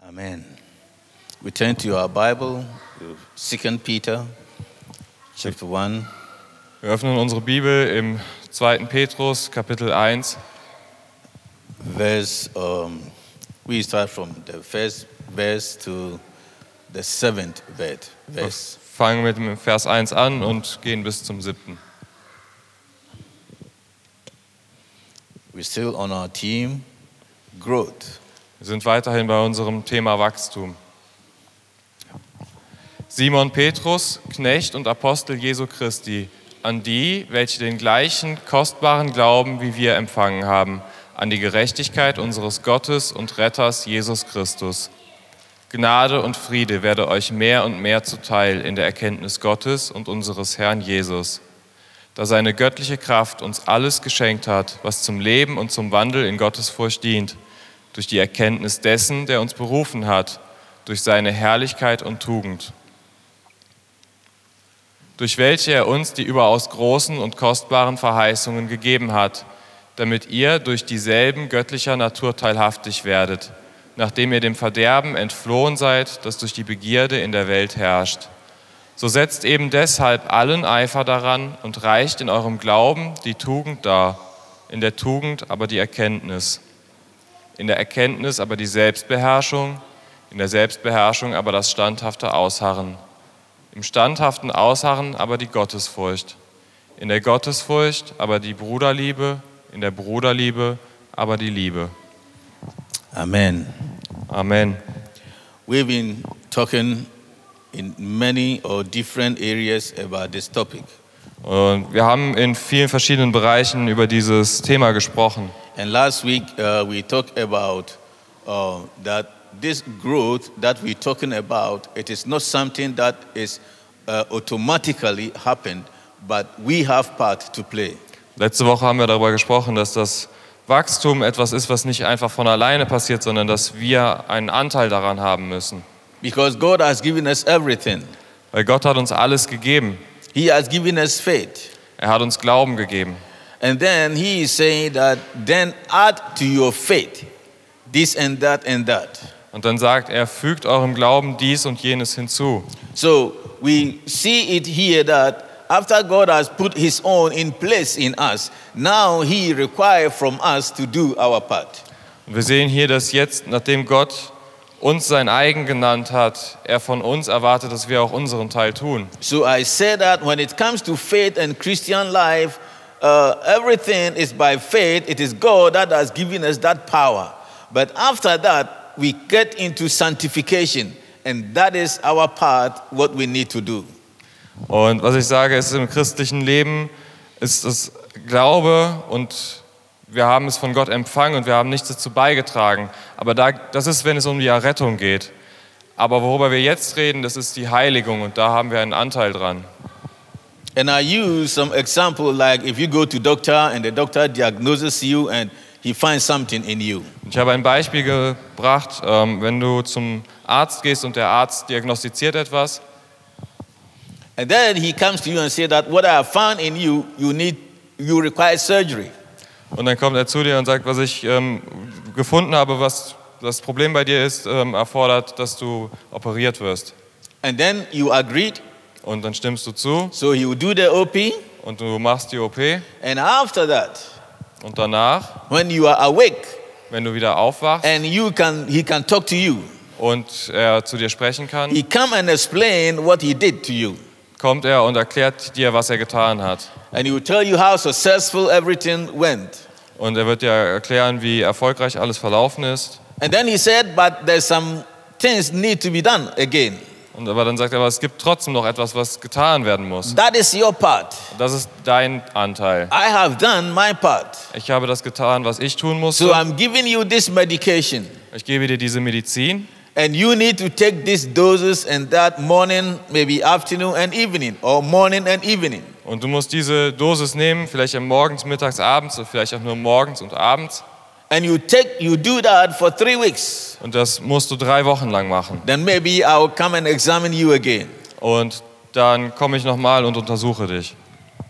Amen. We turn to our Bible, Second Peter, chapter 1. Wir öffnen unsere Bibel im 2. Petrus, Kapitel 1. verse um, we start from the first verse to the seventh verse Wir verse fangen mit dem Vers 1 an und gehen bis zum 7. we're still on our team growth Wir sind weiterhin bei unserem Thema Wachstum. Simon Petrus, Knecht und Apostel Jesu Christi, an die, welche den gleichen kostbaren Glauben wie wir empfangen haben, an die Gerechtigkeit unseres Gottes und Retters Jesus Christus. Gnade und Friede werde euch mehr und mehr zuteil in der Erkenntnis Gottes und unseres Herrn Jesus da seine göttliche Kraft uns alles geschenkt hat, was zum Leben und zum Wandel in Gottesfurcht dient, durch die Erkenntnis dessen, der uns berufen hat, durch seine Herrlichkeit und Tugend, durch welche er uns die überaus großen und kostbaren Verheißungen gegeben hat, damit ihr durch dieselben göttlicher Natur teilhaftig werdet, nachdem ihr dem Verderben entflohen seid, das durch die Begierde in der Welt herrscht. So setzt eben deshalb allen Eifer daran und reicht in eurem Glauben die Tugend dar, in der Tugend aber die Erkenntnis, in der Erkenntnis aber die Selbstbeherrschung, in der Selbstbeherrschung aber das standhafte Ausharren, im standhaften Ausharren aber die Gottesfurcht, in der Gottesfurcht aber die Bruderliebe, in der Bruderliebe aber die Liebe. amen Amen. we've been talking in many or different areas about this topic Und wir haben in vielen verschiedenen Bereichen über dieses Thema gesprochen. and last week uh, we talked about uh, that this growth that we're talking about it is not something that is uh, automatically happened but we have part to play Letzte Woche haben wir darüber gesprochen, dass das Wachstum etwas ist, was nicht einfach von alleine passiert, sondern dass wir einen Anteil daran haben müssen. Because God has given us everything. Weil Gott hat uns alles gegeben. He has given us faith. Er hat uns Glauben gegeben. And then He is saying that, then add to your faith this and that and that. Und dann sagt er, fügt eurem Glauben dies und jenes hinzu. So we see it here that after God has put His own in place in us, now He requires from us to do our part. Und wir sehen hier, dass jetzt, nachdem Gott uns sein eigen genannt hat, er von uns erwartet, dass wir auch unseren Teil tun. So I say that when it comes to faith and Christian life, uh, everything is by faith. It is God that has given us that power. But after that, we get into sanctification, and that is our part, what we need to do. Und was ich sage, ist im christlichen Leben ist es Glaube und wir haben es von Gott empfangen und wir haben nichts dazu beigetragen. Aber da, das ist, wenn es um die Errettung geht. Aber worüber wir jetzt reden, das ist die Heiligung und da haben wir einen Anteil dran. And I use some example like if you go to doctor and the doctor diagnoses you and he finds something in you. Ich habe ein Beispiel gebracht, ähm, wenn du zum Arzt gehst und der Arzt diagnostiziert etwas And then he comes to you and say that what I have found in you, you need you require surgery. und dann kommt er zu dir und sagt, was ich ähm, gefunden habe, was das Problem bei dir ist, ähm, erfordert, dass du operiert wirst. And then you agreed, Und dann stimmst du zu so he will do the OP. und du machst die OP And after that, und danach, when you are awake wenn du wieder aufwachst and you can, he can talk to you, und er zu dir sprechen kann, he come and explain what he did to you. kommt er und erklärt dir, was er getan hat. And he will tell you how successful everything went. Und er wird dir erklären, wie erfolgreich alles verlaufen ist. And then he said, but there's some things need to be done again. Und aber dann sagt er, aber es gibt trotzdem noch etwas, was getan werden muss. That is your part. Und Das ist dein Anteil. I have done my part. Ich habe das getan, was ich tun So musste. I'm giving you this medication. Ich gebe dir diese Medizin And you need to take these doses and that morning, maybe afternoon and evening, or morning and evening. und du musst diese Dosis nehmen, vielleicht am morgens, mittags, abends oder vielleicht auch nur morgens und abends. And you take, you do that for three weeks. Und das musst du drei Wochen lang machen. then maybe I'll come and examine you again. Und dann komme ich nochmal und untersuche dich.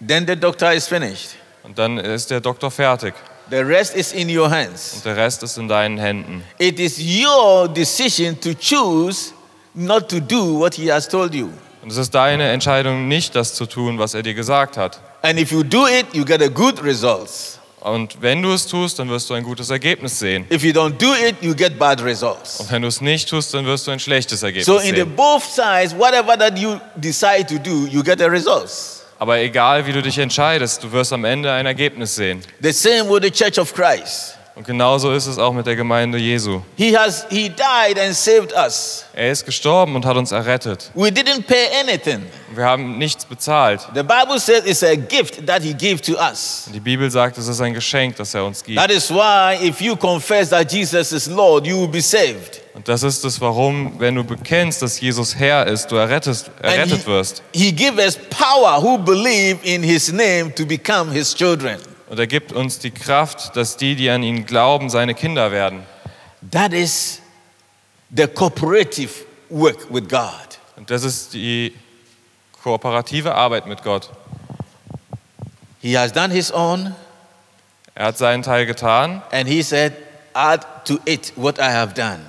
Then the doctor is finished. Und dann ist der Doktor fertig. The rest is in your hands. und der Rest ist in deinen Händen. It is your decision to choose not to do what he has told you. Und es ist deine Entscheidung, nicht das zu tun, was er dir gesagt hat. And if you do it, you get a good results. Und wenn du es tust, dann wirst du ein gutes Ergebnis sehen. If you don't do it, you get bad results. Und wenn du es nicht tust, dann wirst du ein schlechtes Ergebnis So in the sehen. both sides, whatever that you decide to do, you get a results. Aber egal, wie du dich entscheidest, du wirst am Ende ein Ergebnis sehen. The same with the church of Christ. Und genauso ist es auch mit der Gemeinde Jesu. He has he died and saved us. Er ist gestorben und hat uns errettet. We didn't pay anything. Wir haben nichts bezahlt. The Bible says it's a gift that he gave to us. Die Bibel sagt, es ist ein Geschenk, das er uns gibt. That is why if you confess that Jesus is Lord, you will be saved. Und das ist es, warum, wenn du bekennst, dass Jesus Herr ist, du errettest, And errettet wirst. he, he gives us power who believe in his name to become his children. Und er gibt uns die Kraft, dass die, die an ihn glauben, seine Kinder werden. That is the cooperative work with God. Und das ist die kooperative Arbeit mit Gott. He has done his own Er hat seinen Teil getan and he said, Add to it what I have done.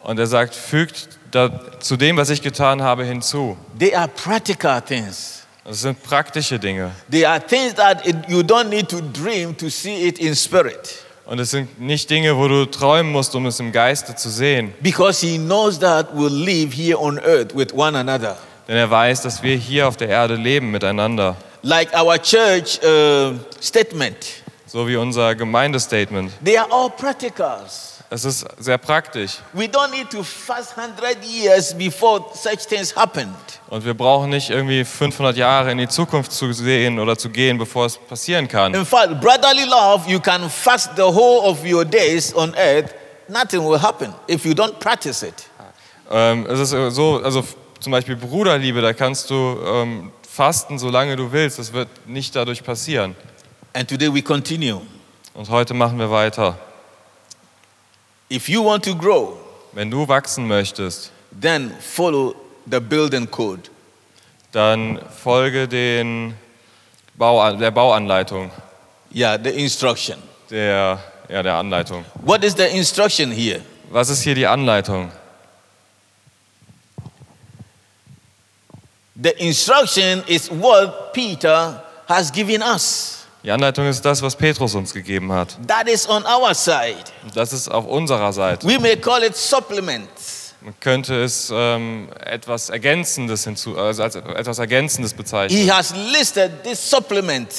und er sagt, fügt da, zu dem, was ich getan habe, hinzu. They are practical things. Das sind praktische Dinge. They are things that it- you don't need to dream to see it in spirit Und es sind nicht Dinge, wo du träumen musst, um es im Geiste zu sehen. because he knows that we'll live here on earth with one another. Denn er weiß, dass wir hier auf der Erde leben miteinander. Like our church uh, statement, So wie unser Gemeindestatement. they are all practicals. Es ist sehr praktisch. We don't need to fast 100 years before such things happened. Und wir brauchen nicht irgendwie 500 Jahre in die Zukunft zu sehen oder zu gehen, bevor es passieren kann. In fact, brotherly love, you can fast the whole of your days on earth, nothing will happen if you don't practice it. Ähm, es ist äh, so, also f- zum Beispiel Bruderliebe, da kannst du ähm, fasten, solange du willst. Das wird nicht dadurch passieren. And today we continue. Und heute machen wir weiter. If you want to grow, Wenn du wachsen möchtest, then follow the building code. dann folge den Bau, der Bauanleitung, Yeah, the instruction. der, ja, der Anleitung. What is the instruction here? Was ist hier die Anleitung? The instruction is what Peter has given us. Die Anleitung ist das, was Petrus uns gegeben hat. That is on our side. Und das ist auf unserer Seite. We may call it supplements. Man könnte es ähm, etwas Ergänzendes hinzu, also als etwas Ergänzendes bezeichnen. He has listed this supplement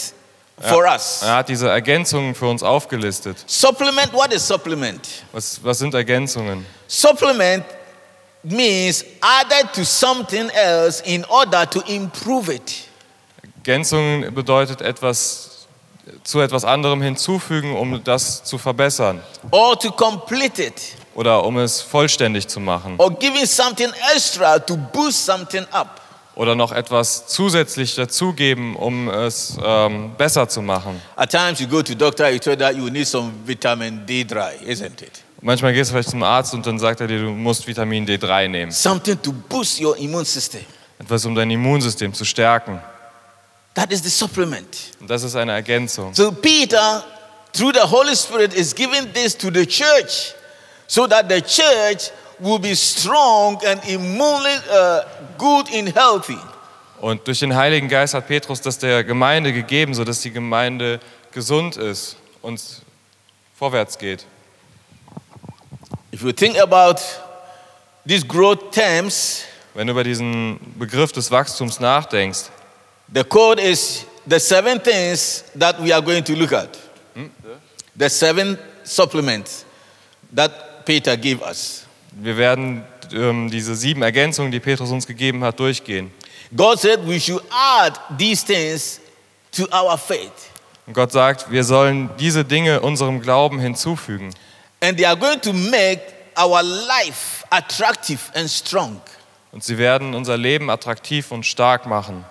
for us. Er hat diese Ergänzungen für uns aufgelistet. Supplement, what is supplement? Was, was sind Ergänzungen? Supplement means added to something else in order to improve it. Ergänzungen bedeutet etwas zu etwas anderem hinzufügen, um das zu verbessern or to complete it oder um es vollständig zu machen or giving something extra to boost something up. oder noch etwas zusätzlich dazugeben, um es ähm, besser zu machen. At times you go to doctor, you tell that you need some vitamin D dry, isn't it? Manchmal gehst du vielleicht zum Arzt und dann sagt er dir, du musst Vitamin D3 nehmen, Something to boost your immune system. etwas um dein Immunsystem zu stärken. That is the supplement. Und das ist eine Ergänzung. So Peter, through the Holy Spirit, is giving this to the church so that the church will be strong and immunely uh, good and healthy. Und durch den Heiligen Geist hat Petrus das der Gemeinde gegeben, sodass die Gemeinde gesund ist und vorwärts geht. If you think about these growth terms, Wenn du über diesen Begriff des Wachstums nachdenkst, the code is the seven things that we are going to look at. The seven supplements that Peter gave us. wir werden ähm, diese sieben Ergänzungen, die Petrus uns gegeben hat, durchgehen. God said we should add these things to our faith. Und Gott sagt, wir sollen diese Dinge unserem Glauben hinzufügen. And they are going to make our life attractive and strong. Und sie werden unser Leben attraktiv und stark machen.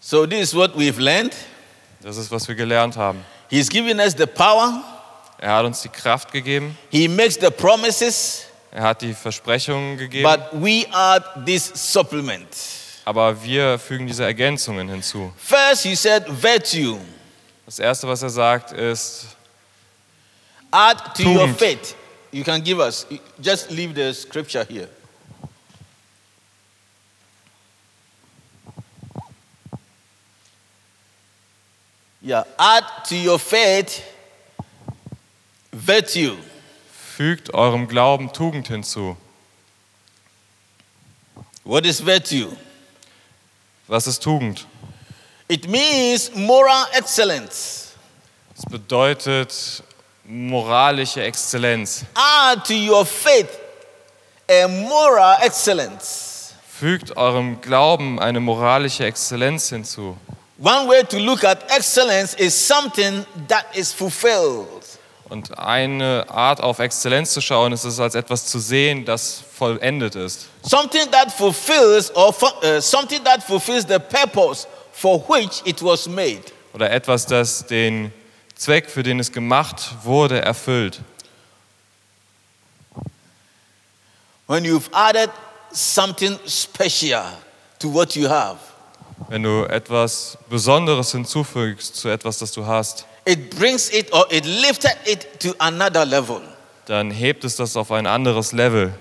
So, this is what we've learned. Das ist, was wir gelernt haben. He's given us the power, Er hat uns die Kraft gegeben, He makes the promises, er hat die Versprechungen gegeben, but we add this supplement. aber wir fügen diese Ergänzungen hinzu. First, He said virtue. Das Erste, was er sagt, ist, Add to your Tugend. faith. You can give us. Just leave the scripture here. Yeah, add to your faith virtue. fügt eurem Glauben Tugend hinzu. What is virtue? Was ist Tugend? It means moral excellence. Es bedeutet moralische Exzellenz. Add to your faith a moral excellence. Fügt eurem Glauben eine moralische Exzellenz hinzu. One way to look at excellence is something that is fulfilled. Und eine Art auf Exzellenz zu schauen, ist es als etwas zu sehen, das vollendet ist. Something that fulfills or fu- uh, something that fulfills the purpose for which it was made. Oder etwas, das den Zweck, für den es gemacht wurde, erfüllt. When you've added something special to what you have, Wenn du etwas Besonderes hinzufügst zu etwas, das du hast, it brings it or it lifted it to another level. dann hebt es das auf ein anderes Level.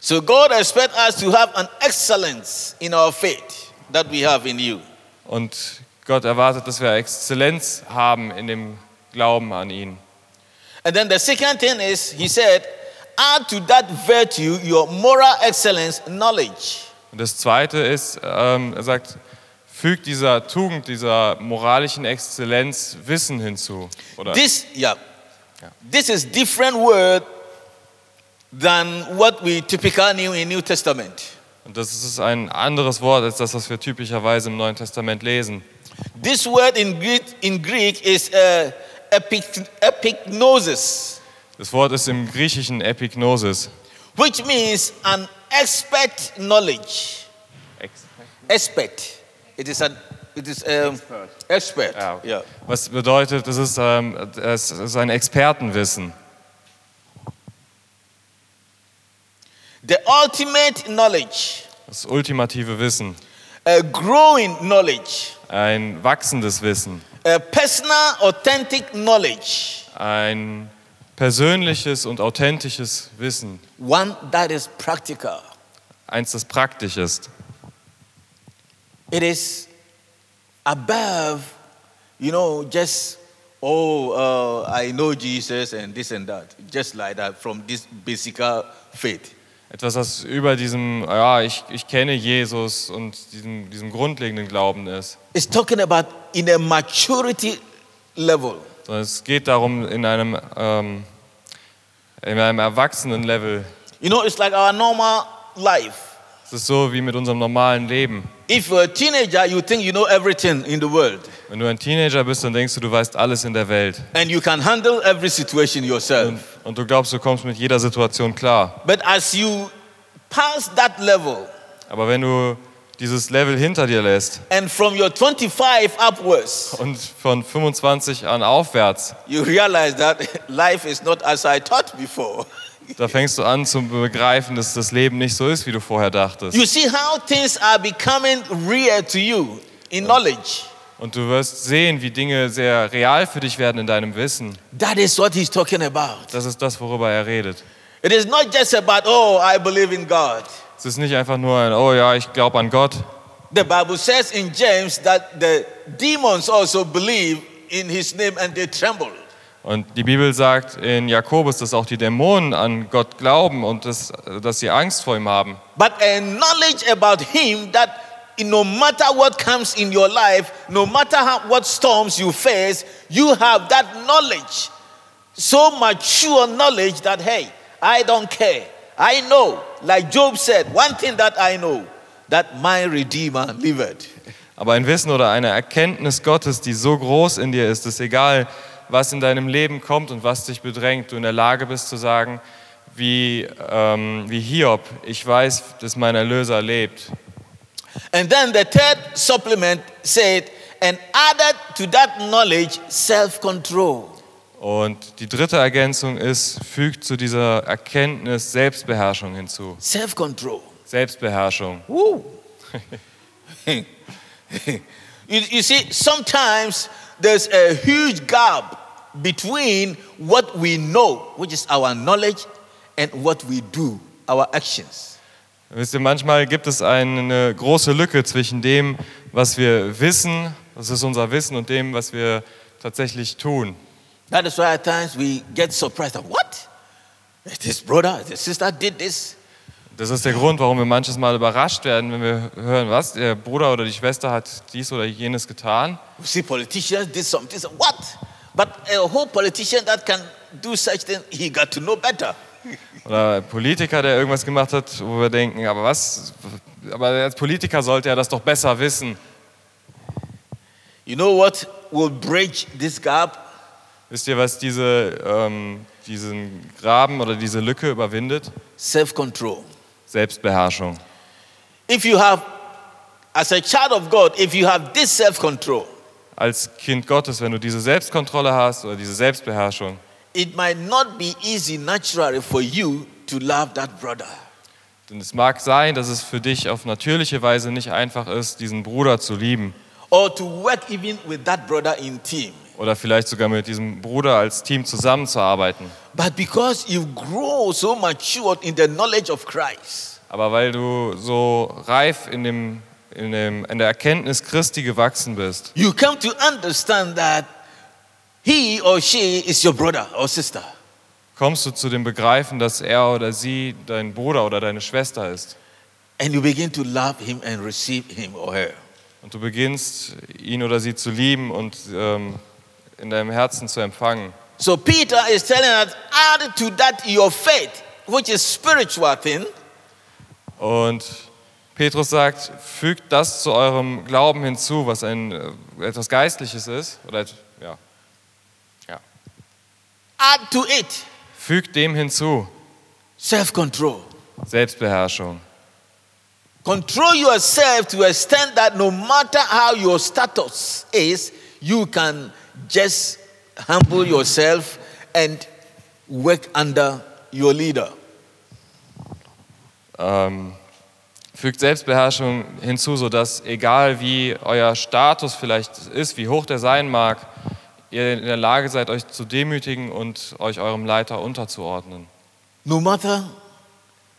So God expects us to have an excellence in our faith that we have in you. Und Gott erwartet, dass wir Exzellenz haben in dem Glauben an ihn. And then the second thing is, he said, add to that virtue your moral excellence knowledge. Und das Zweite ist, ähm, er sagt, fügt dieser Tugend, dieser moralischen Exzellenz Wissen hinzu. Oder This, yeah, this is different word than what we typically knew in New Testament. Und das ist ein anderes Wort als das, was wir typischerweise im Neuen Testament lesen. This word in Greek, in Greek is uh, epic, epignosis, Das Wort ist im Griechischen Epignosis. which means an expert knowledge. Expert. It is an it is um, expert. Ah, Ja, okay. Yeah. Was bedeutet, es ist, ähm, es ist ein Expertenwissen. The ultimate knowledge, Das ultimative Wissen. a growing knowledge, Ein wachsendes Wissen. a personal, authentic knowledge, Ein persönliches und authentisches Wissen. one that is practical. Eins, das praktisch ist. It is above, you know, just, oh, uh, I know Jesus and this and that, just like that, from this basic uh, faith. Etwas, das über diesem, ja, ich, ich kenne Jesus und diesem, diesem grundlegenden Glauben ist. It's talking about in a maturity level. Sondern es geht darum, in einem, ähm, in einem Erwachsenenlevel. You know, it's like our normal life. Es ist so wie mit unserem normalen Leben. If you're a teenager, you think you know everything in the world Wenn du ein Teenager bist, dann denkst du, du weißt alles in der Welt. and you can handle every situation yourself. Und du glaubst, du kommst mit jeder Situation klar. But as you pass that level, Aber wenn du dieses Level hinter dir lässt and from your 25 upwards, und von 25 an aufwärts, you realize that life is not as I thought before. da fängst du an zu begreifen, dass das Leben nicht so ist, wie du vorher dachtest. You see how things are becoming real to you in knowledge. Und du wirst sehen, wie Dinge sehr real für dich werden in deinem Wissen. That is what he's talking about. Das ist das, worüber er redet. It is not just about, oh, I believe in God. Es ist nicht einfach nur ein, oh ja, ich glaube an Gott. The Bible says in James that the demons also believe in his name and they tremble. Und die Bibel sagt in Jakobus, dass auch die Dämonen an Gott glauben und dass, dass sie Angst vor ihm haben. But a knowledge about him that no matter what comes in your life, no matter how, what storms you face, you have that knowledge. So mature knowledge that, hey, I don't care. I know, like Job said, one thing that I know, that my Redeemer liveth. Aber ein Wissen oder eine Erkenntnis Gottes, die so groß in dir ist, dass egal, was in deinem Leben kommt und was dich bedrängt, du in der Lage bist zu sagen, wie, ähm, wie Hiob, ich weiß, dass mein Erlöser lebt. And then the third supplement said, and added to that knowledge self control. Und die dritte Ergänzung ist, fügt zu dieser Erkenntnis Selbstbeherrschung hinzu. Self control. Selbstbeherrschung. Woo. you, you see, sometimes there's a huge gap between what we know, which is our knowledge, and what we do, our actions. Wisst ihr, manchmal gibt es eine große Lücke zwischen dem, was wir wissen, das ist unser Wissen, und dem, was wir tatsächlich tun. That is why at times we get surprised that what? This brother, this sister did this. Das ist der Grund, warum wir manches Mal überrascht werden, wenn wir hören, was, der Bruder oder die Schwester hat dies oder jenes getan. We see politicians did something. So what? But a whole politician that can do such thing, he got to know better. Oder ein Politiker, der irgendwas gemacht hat, wo wir denken, aber was, aber als Politiker sollte er das doch besser wissen. You know what will bridge this gap? Wisst ihr, was diese, ähm, diesen Graben oder diese Lücke überwindet? Self control. Selbstbeherrschung. If you have, as a child of God, if you have this self control, Als Kind Gottes, wenn du diese Selbstkontrolle hast oder diese Selbstbeherrschung, it might not be easy naturally for you to love that brother. denn es mag sein, dass es für dich auf natürliche Weise nicht einfach ist, diesen Bruder zu lieben or to work even with that brother in team. oder vielleicht sogar mit diesem Bruder als Team zusammenzuarbeiten. But because you grow so matured in the knowledge of Christ, Aber weil du so reif in, dem, in, dem, in der Erkenntnis Christi gewachsen bist, you come to understand that he or she is your brother or sister. kommst du zu dem Begreifen, dass er oder sie dein Bruder oder deine Schwester ist. And you begin to love him and receive him or her. Und du beginnst, ihn oder sie zu lieben und ähm, in deinem Herzen zu empfangen. So Peter is telling us add to that your faith, which is spiritual thing, Und Petrus sagt, fügt das zu eurem Glauben hinzu, was ein, äh, etwas Geistliches ist. Oder, et- ja. add to it Fügt dem hinzu, self-control. Selbstbeherrschung. Control yourself to extend that no matter how your status is, you can just humble yourself and work under your leader. ähm, fügt Selbstbeherrschung hinzu, sodass egal wie euer Status vielleicht ist, wie hoch der sein mag, ihr in der Lage seid, euch zu demütigen und euch eurem Leiter unterzuordnen. No matter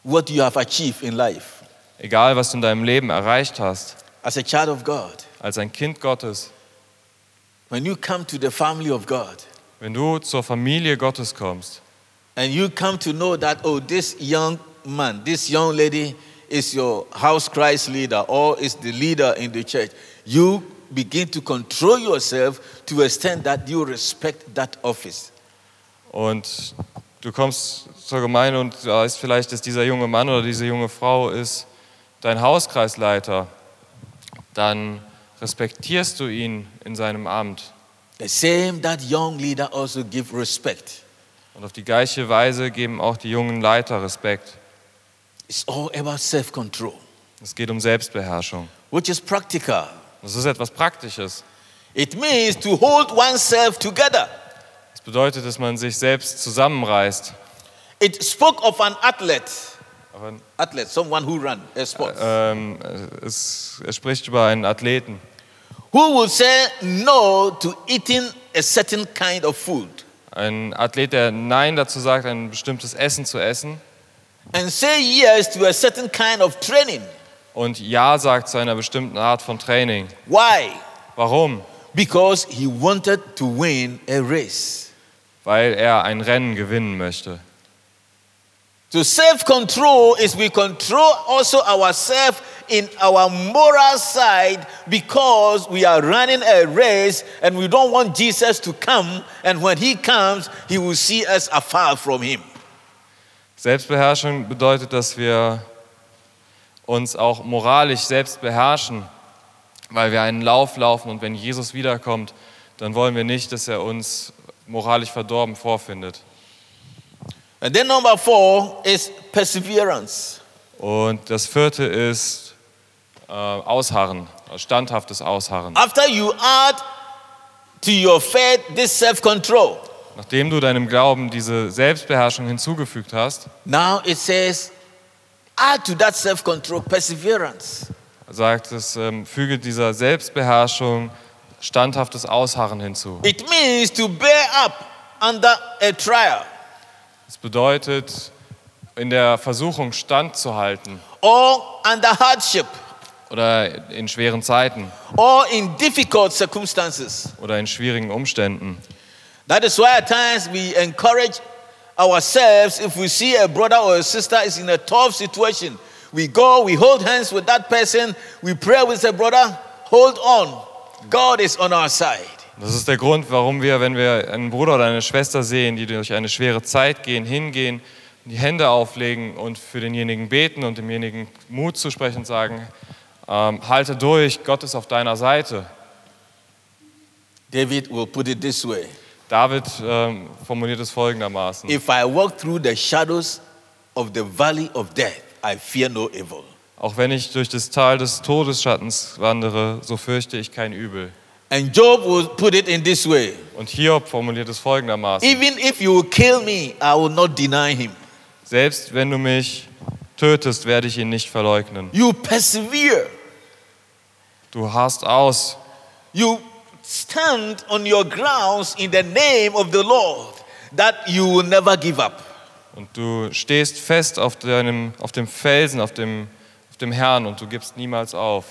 what you have achieved in life, Egal, was du in deinem Leben erreicht hast, as a child of God, als ein Kind Gottes, when you come to the family of God wenn du zur Familie Gottes kommst and you come to know that, oh, this young man, this young lady is your house Christ leader or is the leader in the church, you begin to control yourself to extend that you respect that office. und du kommst zur Gemeinde und weißt vielleicht, dass dieser junge Mann oder diese junge Frau ist dein Hauskreisleiter, dann respektierst du ihn in seinem Amt. The same that young leader also give respect. Und auf die gleiche Weise geben auch die jungen Leiter Respekt. It's all about self control, Es geht um Selbstbeherrschung. which is practical. Das ist etwas Praktisches. It means to hold oneself together. Das bedeutet, dass man sich selbst zusammenreißt. It spoke of an athlete, Aber, athlete, someone who ran a sport, ähm, es, es spricht über einen Athleten, who will say no to eating a certain kind of food einen Athlet, der Nein dazu sagt, ein bestimmtes Essen zu essen and say yes to a certain kind of training. und Ja sagt zu einer bestimmten Art von Training. Why? Warum? Because he wanted to win a race. Weil er ein Rennen gewinnen möchte. So self-control is we control also ourselves in our moral side because we are running a race and we don't want Jesus to come and when he comes he will see us afar from him. Selbstbeherrschung bedeutet, dass wir uns auch moralisch selbst beherrschen, weil wir einen Lauf laufen und wenn Jesus wiederkommt, dann wollen wir nicht, dass er uns moralisch verdorben vorfindet. And then number 4 is perseverance. Und das vierte ist äh, Ausharren, standhaftes Ausharren. After you add to your faith this self-control, Nachdem du deinem Glauben diese Selbstbeherrschung hinzugefügt hast, now it says add to that self-control perseverance. sagt es, ähm, füge dieser Selbstbeherrschung standhaftes Ausharren hinzu. It means to bear up under a trial Es bedeutet, in der Versuchung standzuhalten or under hardship oder in schweren Zeiten or in difficult circumstances. oder in schwierigen Umständen. That is why at times we encourage ourselves if we see a brother or a sister is in a tough situation. We go, we hold hands with that person, we pray with the brother, hold on. God is on our side. Das ist der Grund, warum wir, wenn wir einen Bruder oder eine Schwester sehen, die durch eine schwere Zeit gehen, hingehen, die Hände auflegen und für denjenigen beten und demjenigen Mut zusprechen und sagen, ähm, halte durch, Gott ist auf deiner Seite. David will put it this way David ähm, formuliert es folgendermaßen. If I walk through the shadows of the valley of death, I fear no evil. Auch wenn ich durch das Tal des Todesschattens wandere, so fürchte ich kein Übel. And Job will put it in this way Und Hiob formuliert es folgendermaßen. Even if you kill me, I will not deny him. Selbst wenn du mich tötest, werde ich ihn nicht verleugnen. You persevere, Du harrst aus. you stand on your grounds in the name of the Lord, that you will never give up. Und du stehst fest auf, deinem, auf dem Felsen, auf dem, auf dem Herrn und du gibst niemals auf.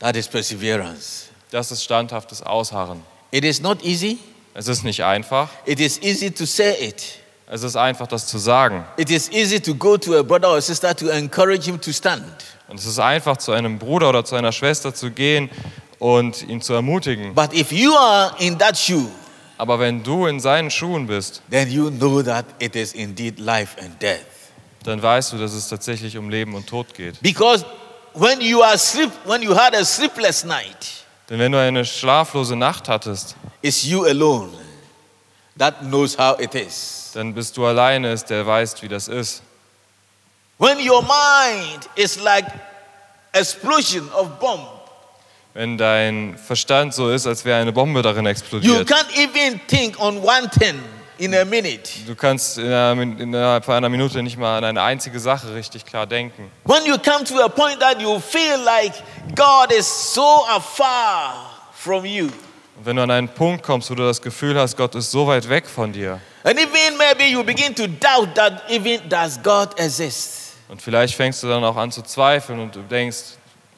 That is perseverance. Das ist standhaftes Ausharren. It is not easy. Es ist nicht einfach. It is easy to say it. Es ist einfach, das zu sagen. It is easy to go to a brother or sister to encourage him to stand. Und es ist einfach, zu einem Bruder oder zu einer Schwester zu gehen und ihn zu ermutigen. But if you are in that shoe, Aber wenn du in seinen Schuhen bist, then you know that it is indeed life and death. dann weißt du, dass es tatsächlich um Leben und Tod geht. Because when you are sleep, when you had a sleepless night, Denn wenn du eine schlaflose Nacht hattest, it's you alone that knows how it is. dann bist du alleine, es, der weißt, wie das ist. When your mind is like explosion of bomb, Wenn dein Verstand so ist, als wäre eine Bombe darin you explodiert. can't even think on one thing in a minute. Du kannst in einer, Min- innerhalb von einer Minute nicht mal an eine einzige Sache richtig klar denken. When you come to a point that you feel like God is so afar from you, Und wenn du an einen Punkt kommst, wo du das Gefühl hast, Gott ist so weit weg von dir. and even maybe you begin to doubt that even does God exist? Und vielleicht fängst du dann auch an zu zweifeln und du denkst,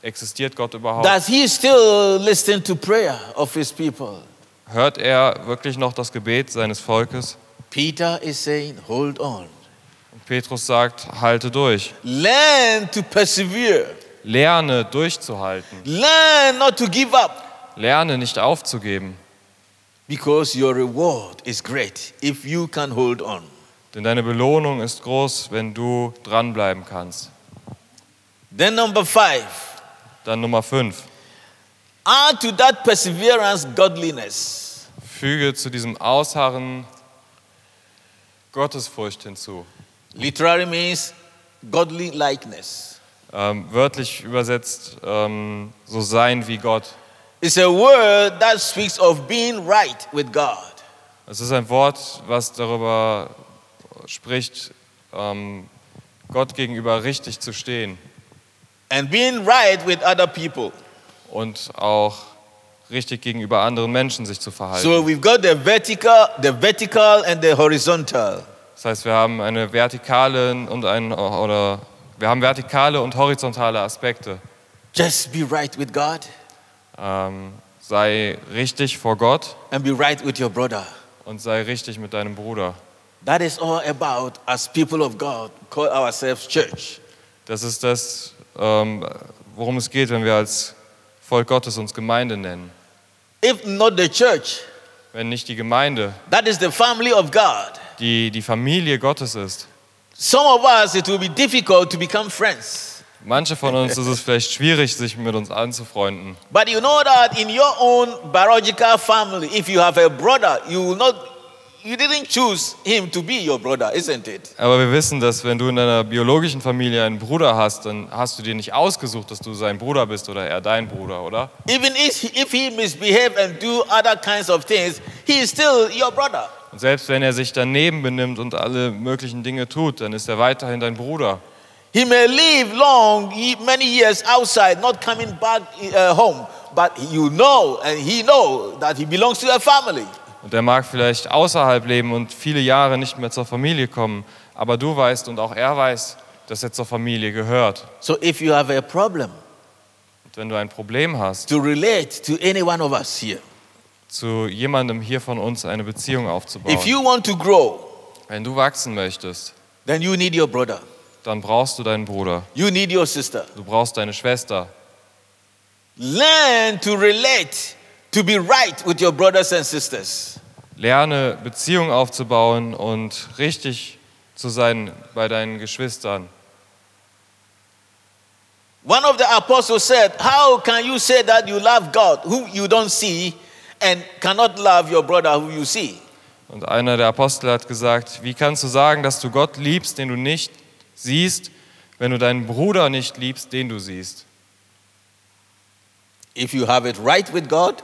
existiert Gott überhaupt? Does he still listen to prayer of his people? Hört er wirklich noch das Gebet seines Volkes? Peter is saying, hold on. Und Petrus sagt, halte durch. Learn to persevere. Lerne durchzuhalten. Learn not to give up Lerne nicht aufzugeben, because your reward is great if you can hold on. denn deine Belohnung ist groß, wenn du dranbleiben kannst. Then, number five, Dann Nummer 5. add to that perseverance godliness. Füge zu diesem Ausharren Gottesfurcht hinzu. Literally means godly likeness. Ähm, wörtlich übersetzt, ähm, so sein wie Gott. It's a word that speaks of being right with God. Es ist ein Wort, was darüber spricht, ähm, Gott gegenüber richtig zu stehen And being right with other people. und auch richtig gegenüber anderen Menschen sich zu verhalten. So we've got the vertical, the vertical and the horizontal. Das heißt, wir haben eine vertikale und ein oder wir haben vertikale und horizontale Aspekte. Just be right with God Ähm, sei richtig vor Gott and be right with your brother. und sei richtig mit deinem Bruder. That is all about as people of God call ourselves church. Das ist das, ähm, worum es geht, wenn wir als Volk Gottes uns Gemeinde nennen. If not the church, Wenn nicht die Gemeinde, that is the family of God. die die Familie Gottes ist. Some of us, it will be difficult to become friends. Manche von uns ist es vielleicht schwierig, sich mit uns anzufreunden. But you know that in your own biological family, if you have a brother, you will not, you didn't choose him to be your brother, isn't it? Aber wir wissen, dass wenn du in deiner biologischen Familie einen Bruder hast, dann hast du dir nicht ausgesucht, dass du sein Bruder bist oder er dein Bruder, oder? Even if, if he misbehave and do other kinds of things, he is still your brother. Und selbst wenn er sich daneben benimmt und alle möglichen Dinge tut, dann ist er weiterhin dein Bruder. He may live long, ye- many years outside, not coming back uh, home, but you know and he know that he belongs to a family. Und er mag vielleicht außerhalb leben und viele Jahre nicht mehr zur Familie kommen, aber du weißt und auch er weiß, dass er zur Familie gehört. So if you have a problem Und wenn du ein Problem hast, to relate to any one of us here, zu jemandem hier von uns eine Beziehung aufzubauen, if you want to grow, wenn du wachsen möchtest, then you need your brother. dann brauchst du deinen Bruder, You need your sister. du brauchst deine Schwester. Learn to relate to be right with your brothers and sisters. Lerne Beziehungen aufzubauen und richtig zu sein bei deinen Geschwistern. One of the apostles said, How can you say that you love God who you don't see and cannot love your brother who you see? Und einer der Apostel hat gesagt, wie kannst du sagen, dass du Gott liebst, den du nicht siehst, wenn du deinen Bruder nicht liebst, den du siehst? If you have it right with God,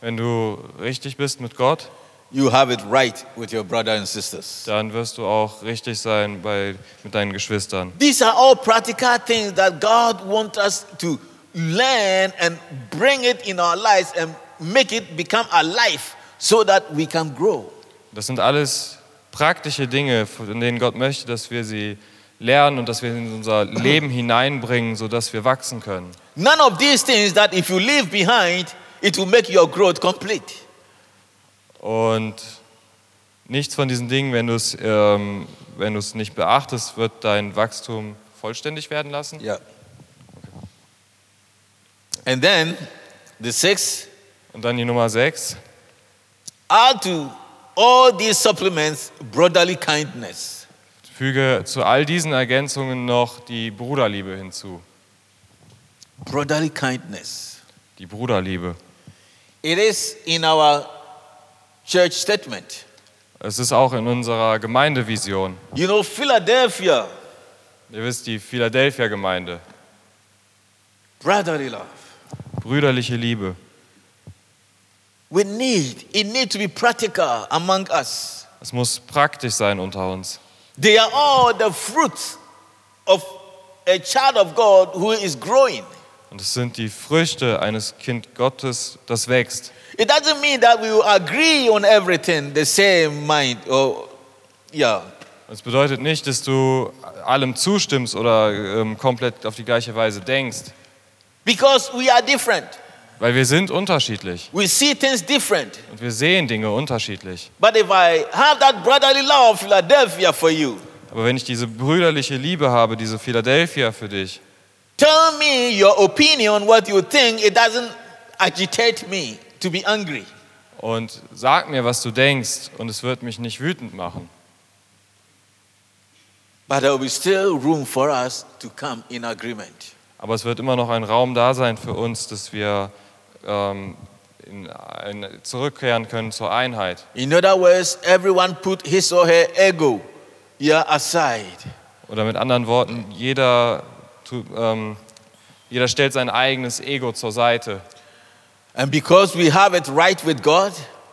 Wenn du richtig bist mit Gott, you have it right with your brother and sisters. dann wirst du auch richtig sein bei, mit deinen Geschwistern. These are all practical things that God wants us to learn and bring it in our lives and make it become alive so that we can grow. Das sind alles praktische Dinge, von denen Gott möchte, dass wir sie lernen und dass wir sie in unser Leben hineinbringen, sodass wir wachsen können. None of these things that if you leave behind, it will make your growth complete. Und nichts von diesen Dingen, wenn du es ähm, wenn du es nicht beachtest, wird dein Wachstum vollständig werden lassen. Yeah. And then the sixth, Und dann die Nummer 6. add to all these supplements brotherly kindness. Füge zu all diesen Ergänzungen noch die Bruderliebe hinzu. Brotherly kindness. Die Bruderliebe. It is in our church statement. Es ist auch in unserer Gemeindevision. You know, Philadelphia, Ihr wisst, die Philadelphia-Gemeinde. brotherly love. Brüderliche Liebe. We need, it needs to be practical among us. Es muss praktisch sein unter uns. They are all the fruits of a child of God who is growing. Und es sind die Früchte eines Kind Gottes, das wächst. It doesn't mean that we will agree on everything the same mind or yeah. Es bedeutet nicht, dass du allem zustimmst oder ähm, komplett auf die gleiche Weise denkst, Because we are different. weil wir sind unterschiedlich We see things different. und wir sehen Dinge unterschiedlich. But if I have that brotherly love of Philadelphia for you, Aber wenn ich diese brüderliche Liebe habe, diese Philadelphia für dich, tell me your opinion, what you think, it doesn't agitate me to be angry. und sag mir, was du denkst, und es wird mich nicht wütend machen. But there will be still room for us to come in agreement. Aber es wird immer noch ein Raum da sein für uns, dass wir ähm, in, ein, zurückkehren können zur Einheit. In other words, everyone put his or her ego yeah, aside. Oder mit anderen Worten, jeder, tu- ähm, jeder stellt sein eigenes Ego zur Seite. And because we have it right with God,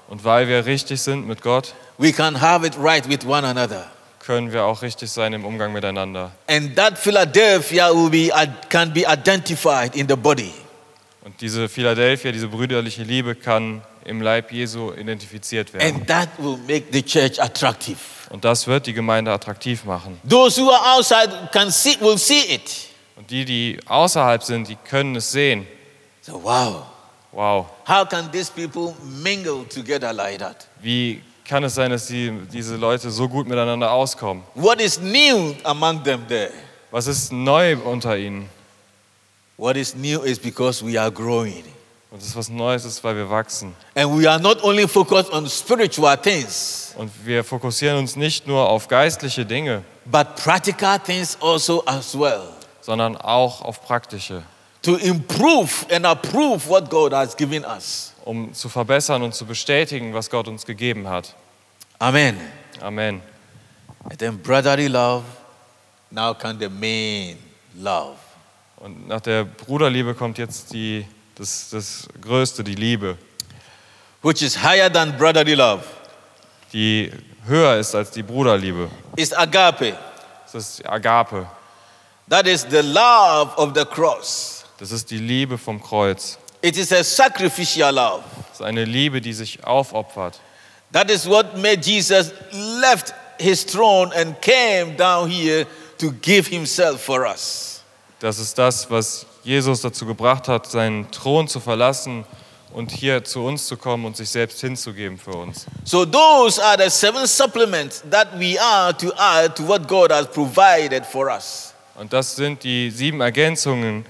Und weil wir richtig sind mit Gott, we can have it right with one another. können wir auch richtig sein im Umgang miteinander. And that Philadelphia will be, can be identified in the body. Und diese Philadelphia, diese brüderliche Liebe kann im Leib Jesu identifiziert werden. And that will make the church attractive. Und das wird die Gemeinde attraktiv machen. Those who are outside can see, will see it. Und die, die außerhalb sind, die können es sehen. So, wow, Wow, how can these people mingle together like that? wie kann es sein, dass die, diese Leute so gut miteinander auskommen? What is new among them there? Was ist neu unter ihnen? What is new is because we are growing. Und das ist was Neues, ist, weil wir wachsen. And we are not only focused on spiritual things, Und wir fokussieren uns nicht nur auf geistliche Dinge, but practical things also as well. sondern auch auf praktische, To improve and approve what God has given us. um zu verbessern und zu bestätigen, was Gott uns gegeben hat. Amen. Amen. And then brotherly love, now come the main love. Und nach der Bruderliebe kommt jetzt die, das, das Größte, die Liebe, which is higher than brotherly love, die höher ist als die Bruderliebe. is agape. Das ist die Agape. That is the love of the cross. Das ist die Liebe vom Kreuz. It is a sacrificial love. Es ist eine Liebe, die sich aufopfert. That is what made Jesus left his throne and came down here to give himself for us. Das ist das, was Jesus dazu gebracht hat, seinen Thron zu verlassen und hier zu uns zu kommen und sich selbst hinzugeben für uns. So those are the seven supplements that we are to add to what God has provided for us. Und das sind die sieben Ergänzungen,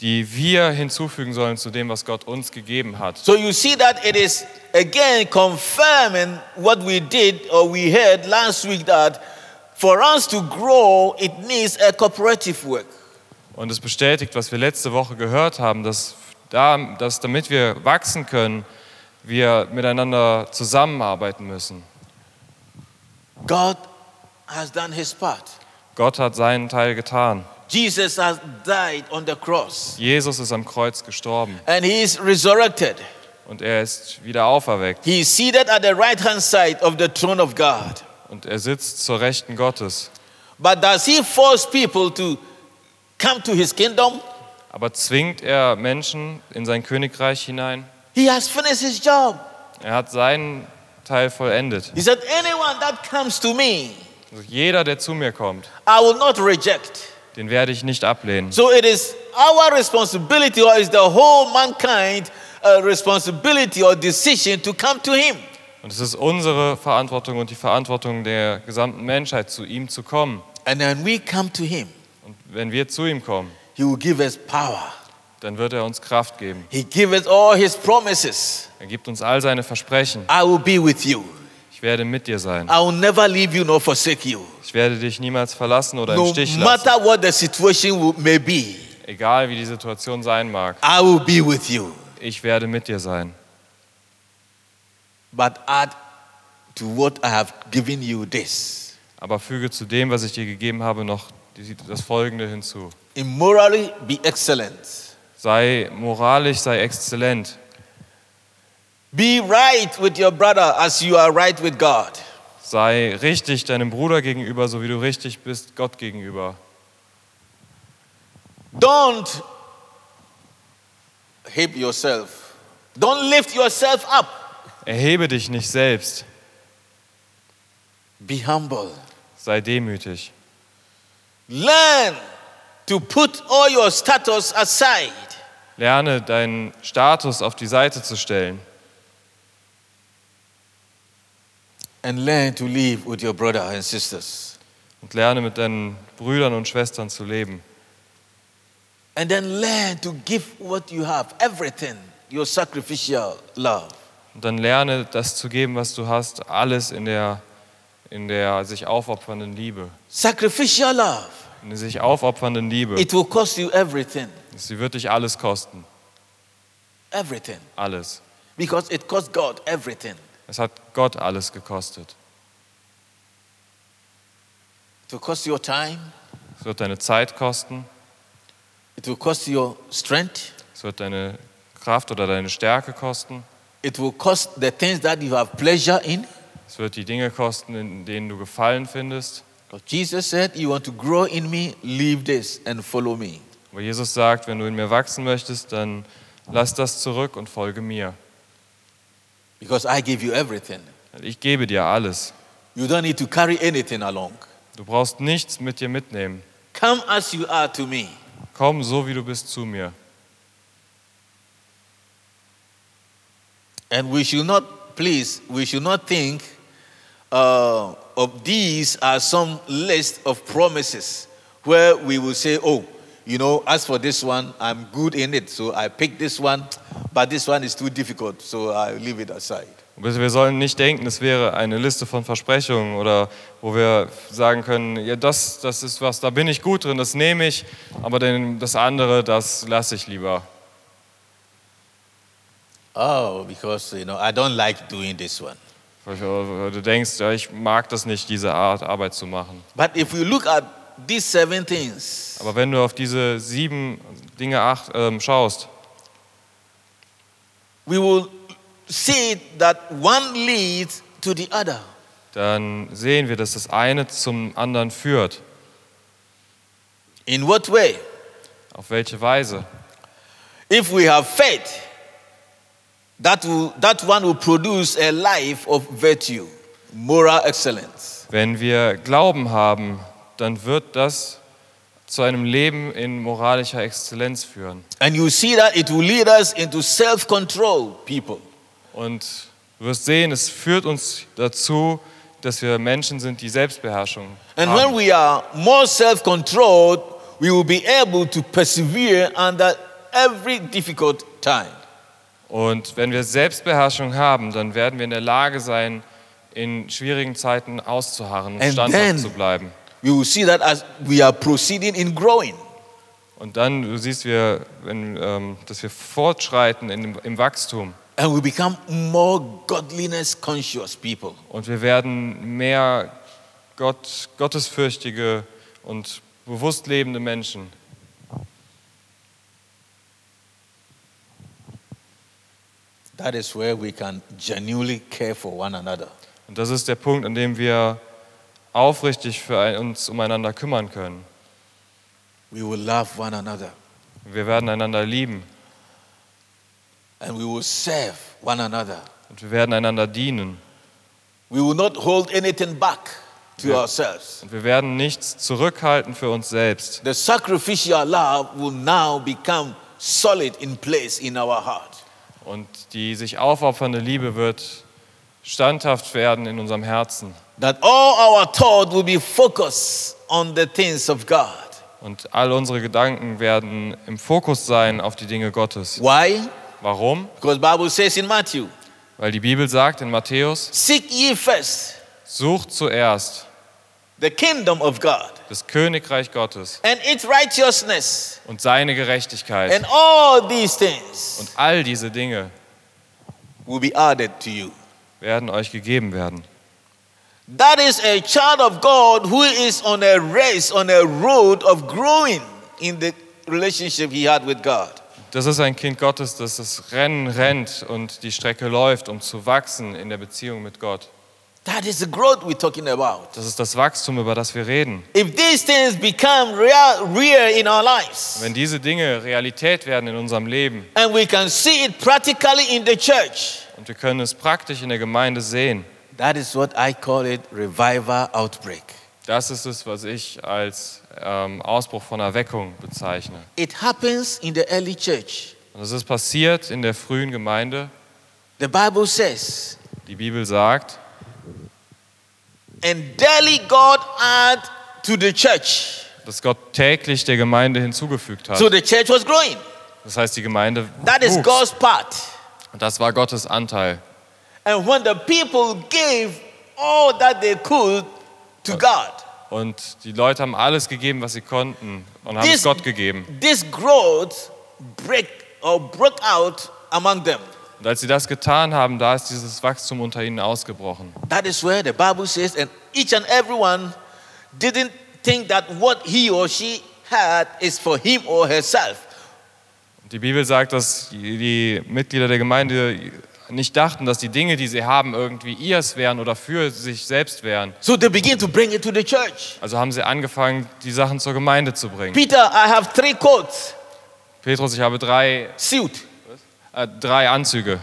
die wir hinzufügen sollen zu dem, was Gott uns gegeben hat. So you see that it is again confirming what we did or we heard last week that for us to grow, it needs a cooperative work. Und es bestätigt, was wir letzte Woche gehört haben, dass, da, dass damit wir wachsen können, wir miteinander zusammenarbeiten müssen. God has done his part. Gott hat seinen Teil getan. Jesus has died on the cross Jesus ist am Kreuz gestorben and he is resurrected. und er ist wieder auferweckt He is seated at the right hand side of the throne of God. und er sitzt zur Rechten Gottes. But does he force people to come to his kingdom? Aber zwingt er Menschen in sein Königreich hinein? He has finished his job. Er hat seinen Teil vollendet. He said, Anyone that comes to me, Also jeder, der zu mir kommt, I will not reject. den werde ich nicht ablehnen. So it is our responsibility, or is the whole mankind uh, responsibility or decision to come to him. Und es ist unsere Verantwortung und die Verantwortung der gesamten Menschheit, zu ihm zu kommen. And then we come to him. Und wenn wir zu ihm kommen, He will give us power. dann wird er uns Kraft geben. He gives us all his promises. Er gibt uns all seine Versprechen. I will be with you. Ich werde mit dir sein. I will never leave you nor forsake you. Ich werde dich niemals verlassen oder im No Stich lassen. matter what the situation will, may be, Egal wie die Situation sein mag, I will be with you. ich werde mit dir sein. But add to what I have given you this. Aber füge zu dem, was ich dir gegeben habe, noch die- das Folgende hinzu. In morally, be excellent. Sei moralisch, sei exzellent. Be right with your brother as you are right with God. Sei richtig deinem Bruder gegenüber, so wie du richtig bist Gott gegenüber. Don't help yourself. Don't lift yourself up. Erhebe dich nicht selbst. Be humble. Sei demütig. Learn to put all your status aside Lerne deinen Status auf die Seite zu stellen and learn to live with your brother and sisters. und lerne mit deinen Brüdern und Schwestern zu leben. And then learn to give what you have, everything, your sacrificial love. Und dann lerne das zu geben, was du hast, alles in der, in der sich aufopfernden Liebe. Sacrificial love. In der sich aufopfernden Liebe. It will cost you everything. Sie wird dich alles kosten. Everything. Alles. Because it cost God everything. Es hat Gott alles gekostet. It will cost your time. Es wird deine Zeit kosten. It will cost your strength. Es wird deine Kraft oder deine Stärke kosten. It will cost the things that you have pleasure in. Es wird die Dinge kosten, in denen du Gefallen findest. Because Jesus said, You want to grow in me, leave this and follow me. Aber Jesus sagt, wenn du in mir wachsen möchtest, dann lass das zurück und folge mir. Because I give you everything. Ich gebe dir alles. You don't need to carry anything along. Du brauchst nichts mit dir mitnehmen. Come as you are to me. Komm so, wie du bist, zu mir. And we should not, please, we should not think uh, of these as some list of promises where we will say, oh, you know, as for this one, I'm good in it. So I pick this one, but this one is too difficult. So I leave it aside. Also Wir sollen nicht denken, es wäre eine Liste von Versprechungen oder wo wir sagen können, ja, das, das ist was, da bin ich gut drin, das nehme ich, aber den, das andere, das lasse ich lieber. Oh, because, you know, I don't like doing this one. Weil Du denkst, ja, ich mag das nicht, diese Art Arbeit zu machen. But if we look at these seven things, Aber wenn du auf diese sieben Dinge acht, ähm, schaust, we will see that one leads to the other. dann sehen wir, dass das eine zum anderen führt. In what way? Auf welche Weise? If we have faith, that, will, that one will produce a life of virtue, moral excellence. Wenn wir Glauben haben, dann wird das zu einem Leben in moralischer Exzellenz führen. And you see that it will lead us into self control, people. Und du wirst sehen, es führt uns dazu, dass wir Menschen sind, die Selbstbeherrschung And haben. when we are more self controlled, we will be able to persevere under every difficult time. Und wenn wir Selbstbeherrschung haben, dann werden wir in der Lage sein, in schwierigen Zeiten auszuharren, And then- standhaft zu bleiben. We will see that as we are proceeding in growing. Und dann, du siehst, wir, wenn, ähm, dass wir fortschreiten in, dem- im Wachstum And we become more godliness conscious people. und wir werden mehr Gott, gottesfürchtige und bewusst lebende Menschen. That is where we can genuinely care for one another. Und das ist der Punkt, an dem wir aufrichtig für ein, uns umeinander kümmern können. We will love one another Wir werden einander lieben and we will serve one another. und wir werden einander dienen. We will not hold anything back to ourselves. Und wir werden nichts zurückhalten für uns selbst. The sacrificial love will now become solid in place in our heart. Und die sich aufopfernde Liebe wird standhaft werden in unserem Herzen. That all our thought will be focused on the things of God. Und all unsere Gedanken werden im Fokus sein auf die Dinge Gottes. Why? Warum? Because Bible says in Matthew, Weil die Bibel sagt in Matthäus, seek ye first sucht zuerst the kingdom of God das Königreich Gottes and its righteousness und seine Gerechtigkeit. and all these things Und all diese Dinge will be added to you. werden euch gegeben werden. That is a child of God who is on a race, on a road of growing in the relationship he had with God. Das ist ein Kind Gottes, das das Rennen rennt und die Strecke läuft, um zu wachsen in der Beziehung mit Gott. That is the growth we're talking about. Das ist das Wachstum, über das wir reden. If these things become real, real in our lives, Wenn diese Dinge Realität werden in unserem Leben and we can see it practically in the church, und wir können es praktisch in der Gemeinde sehen, that is what I call it revival outbreak. das ist es, was ich als ähm, Ausbruch von Erweckung bezeichne. It happens in the early church. Und es ist passiert in der frühen Gemeinde. The Bible says, Die Bibel sagt, and daily God add to the church. dass Gott täglich der Gemeinde hinzugefügt hat. So the church was growing. Das heißt, die Gemeinde That is wuchs. God's part. Und das war Gottes Anteil. And when the people gave all that they could to God, Und die Leute haben alles gegeben, was sie konnten und haben Dies- es Gott gegeben. this growth break or broke out among them. Und als sie das getan haben, da ist dieses Wachstum unter ihnen ausgebrochen. That is where the Bible says, and each and everyone didn't think that what he or she had is for him or herself. Die Bibel sagt, dass die Mitglieder der Gemeinde nicht dachten, dass die Dinge, die sie haben, irgendwie ihrs wären oder für sich selbst wären. So they begin to bring it to the church. Also haben sie angefangen, die Sachen zur Gemeinde zu bringen. Peter, I have three coats, Petrus, ich habe drei, suit. äh, drei Anzüge.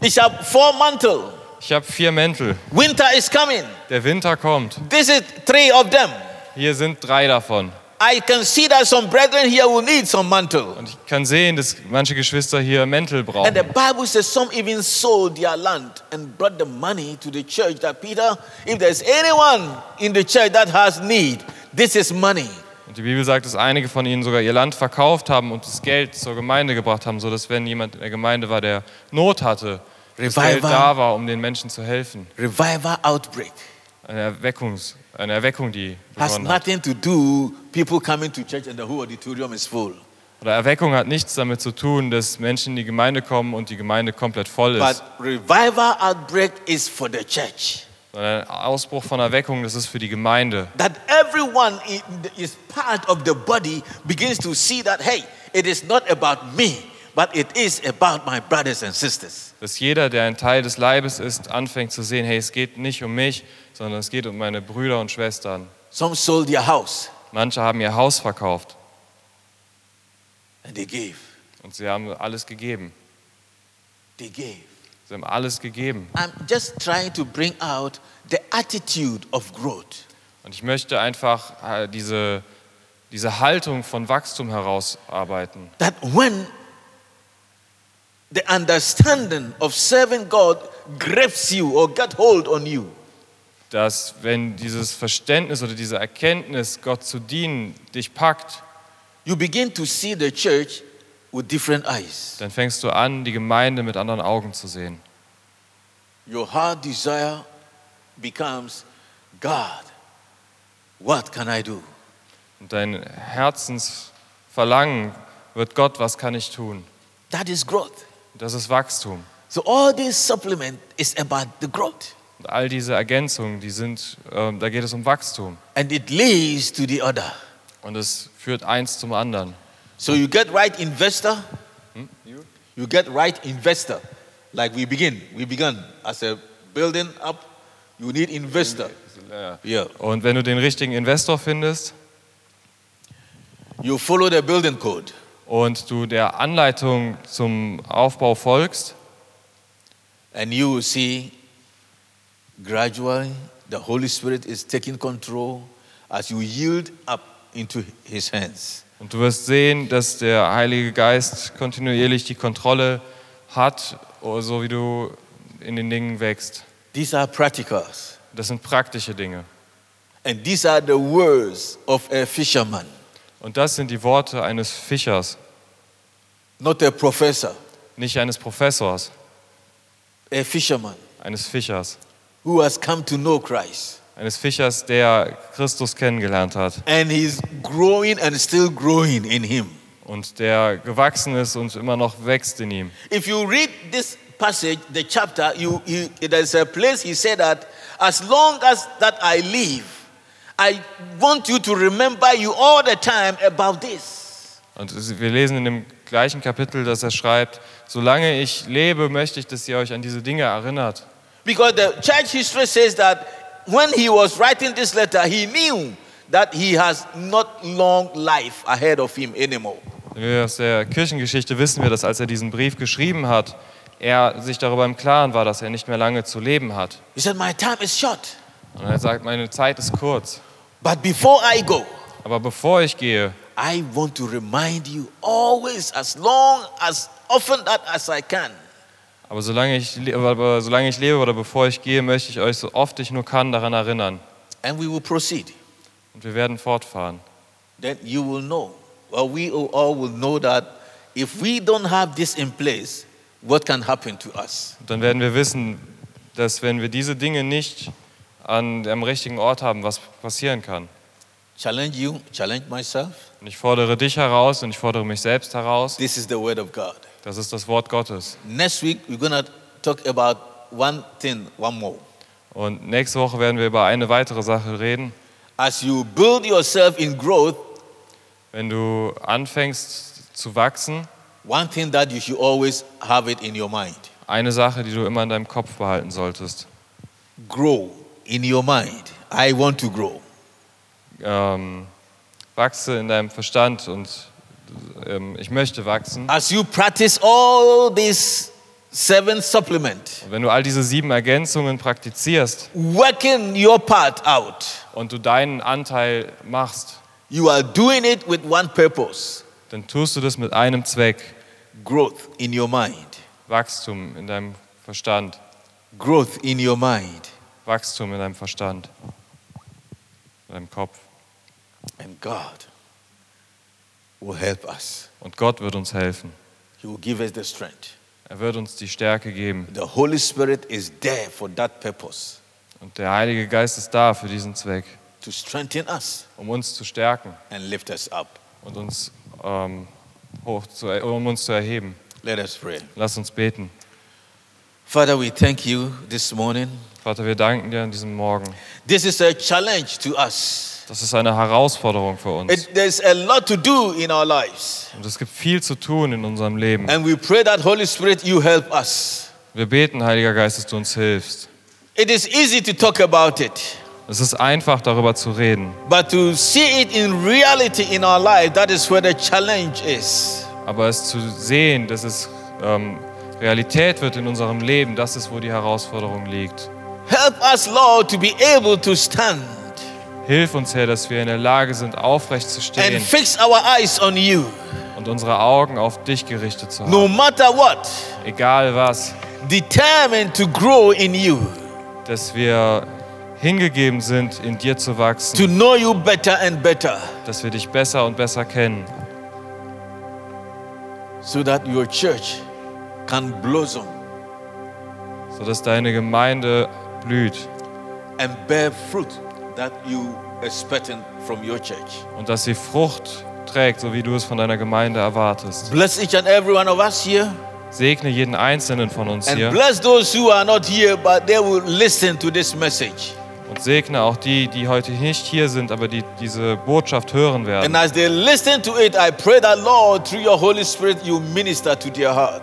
It's a four mantle. Ich habe vier Mäntel. Winter is coming. Der Winter kommt. This is three of them. Hier sind drei davon. I can see that some brethren here will need some mantle. Und ich kann sehen, dass manche Geschwister hier Mäntel And brauchen. the Bible says some even sold their land and brought the money to the church. That Peter, if there's anyone in the church that has need, this is money. Und die Bibel sagt, dass einige von ihnen sogar ihr Land verkauft haben und das Geld zur Gemeinde gebracht haben, sodass wenn jemand in der Gemeinde war, der Not hatte, das Revival. Geld da war, um den Menschen zu helfen. Revival outbreak Eine, Erweckungs, eine Erweckung, die has begonnen hat. nothing to do people coming to church and the whole auditorium is full. Oder Erweckung hat nichts damit zu tun, dass Menschen in die Gemeinde kommen und die Gemeinde komplett voll ist. But revival outbreak is for the church. Sondern ein Ausbruch von Erweckung, das ist für die Gemeinde. That everyone in the- is part of the body begins to see that, hey, it is not about me, but it is about my brothers and sisters. Dass jeder, der ein Teil des Leibes ist, anfängt zu sehen, hey, es geht nicht um mich, sondern es geht um meine Brüder und Schwestern. Some sold their house Manche haben ihr Haus verkauft and they gave. Und sie haben alles gegeben. They gave. Sie haben alles gegeben. I'm just trying to bring out the attitude of growth. Und ich möchte einfach äh, diese, diese Haltung von Wachstum herausarbeiten. That when the understanding of serving God grips you or get hold on you, Dass wenn dieses Verständnis oder diese Erkenntnis, Gott zu dienen, dich packt, you begin to see the church with different eyes. dann fängst du an, die Gemeinde mit anderen Augen zu sehen. Your heart desire becomes God, what can I do? Und dein Herzensverlangen wird Gott, was kann ich tun? That is growth. Das ist Wachstum. So, all this supplement is about the growth Und all diese Ergänzungen, die sind, ähm, da geht es um Wachstum. and it leads to the other. Und es führt eins zum anderen. So, you get right investor, Hmm? you get right investor. Like we begin, we began as a building up, you need investor. Yeah. Und wenn du den richtigen Investor findest You follow the building code, und du der Anleitung zum Aufbau folgst, and you will see gradually the Holy Spirit is taking control as you yield up into His hands. Und du wirst sehen, dass der Heilige Geist kontinuierlich die Kontrolle hat, oh, so wie du in den Dingen wächst. These are practicals, Das sind praktische Dinge. and these are the words of a fisherman, Und das sind die Worte eines Fischers, not a professor, nicht eines Professors, a fisherman eines Fischers. who has come to know Christ. Eines Fischers, der Christus kennengelernt hat And he's growing and still growing in Him. und der gewachsen ist und immer noch wächst in ihm. If you read this passage, the chapter, you, you, there's a place he said that as long as that I live, I want you to remember you all the time about this. Und es- wir lesen in dem gleichen Kapitel, dass er schreibt, solange ich lebe, möchte ich, dass ihr euch an diese Dinge erinnert. Because the church history says that when he was writing this letter, he knew that he has not long life ahead of him anymore. Wenn wir aus der Kirchengeschichte wissen wir, dass als er diesen Brief geschrieben hat, er sich darüber im Klaren war, dass er nicht mehr lange zu leben hat. He said, My time is short. Und er sagt, meine Zeit ist kurz. But before I go, Aber bevor ich gehe, I want to remind you always, as long as often that as I can, aber solange ich, le- aber- aber solange ich lebe oder bevor ich gehe, möchte ich euch so oft ich nur kann daran erinnern. and we will proceed. Und wir werden fortfahren. then you will know. Well, we all will know that if we don't have this in place, what can happen to us? Und dann werden wir wissen, dass wenn wir diese Dinge nicht an, am richtigen Ort haben, was passieren kann. Challenge you, challenge myself. Und ich fordere dich heraus und ich fordere mich selbst heraus. This is the word of God. Das ist das Wort Gottes. Next week, we're going to talk about one thing, one more. Und nächste Woche werden wir über eine weitere Sache reden. As you build yourself in growth, Wenn du anfängst zu wachsen, one thing that you should always have it in your mind eine Sache, die du immer in deinem Kopf behalten solltest. grow in your mind. I want to grow. Ähm, wachse in deinem Verstand und ähm, ich möchte wachsen. As you practice all these seven supplement, Wenn du all diese sieben Ergänzungen praktizierst working your part out. und du deinen Anteil machst, You are doing it with one purpose dann tust du das mit einem Zweck. growth in your mind. Wachstum in deinem Verstand. Growth in your mind. Wachstum in deinem Verstand. In deinem Kopf. And God will help us. Und Gott wird uns helfen. He will give us the strength. Er wird uns die Stärke geben. The Holy Spirit is there for that purpose Und der Heilige Geist ist da für diesen Zweck, to strengthen us um uns zu stärken and lift us up. und uns ähm, hoch zu, um uns zu erheben. Let us pray. Lass uns beten. Father, we thank you this morning. Vater, wir danken dir an diesem Morgen. This is a challenge to us. Das ist eine Herausforderung für uns. It, there's a lot to do in our lives. Und es gibt viel zu tun in unserem Leben. And we pray that, Holy Spirit, you help us. Wir beten, Heiliger Geist, dass du uns hilfst. It is easy to talk about it. Es ist einfach, darüber zu reden. But to see it in reality in our life, that is where the challenge is. Aber es zu sehen, dass es ähm, Realität wird in unserem Leben, das ist, wo die Herausforderung liegt. Help us, Lord, to be able to stand Hilf uns, Herr, dass wir in der Lage sind, aufrecht zu and stehen fix our eyes on you. und unsere Augen auf dich gerichtet zu haben. No matter what, Egal was, determined to grow in you, dass wir hingegeben sind, in dir zu wachsen, to know you better and better, dass wir dich besser und besser kennen, so that your church can blossom sodass deine Gemeinde blüht and bear fruit that you expecting from your church. und dass sie Frucht trägt, so wie du es von deiner Gemeinde erwartest. Bless each and every one of us here. Segne jeden Einzelnen von uns And hier bless those who are not here, but they will listen to this message. und segne auch die, die heute nicht hier sind, aber die diese Botschaft hören And werden. as they listen to it, I pray that, Lord, through your Holy Spirit, you minister to their heart.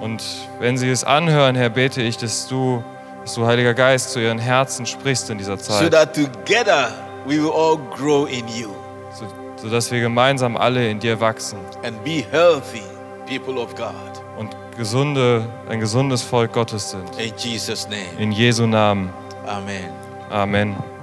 Und wenn sie es anhören, Herr, bete ich, dass du, dass du Heiliger Geist, zu ihren Herzen sprichst in dieser So Zeit, that together we will all grow in you so, sodass wir gemeinsam alle in dir wachsen and be healthy people of God. und gesunde, ein gesundes Volk Gottes sind. In Jesus' name. In Jesu Namen. Amen. Amen.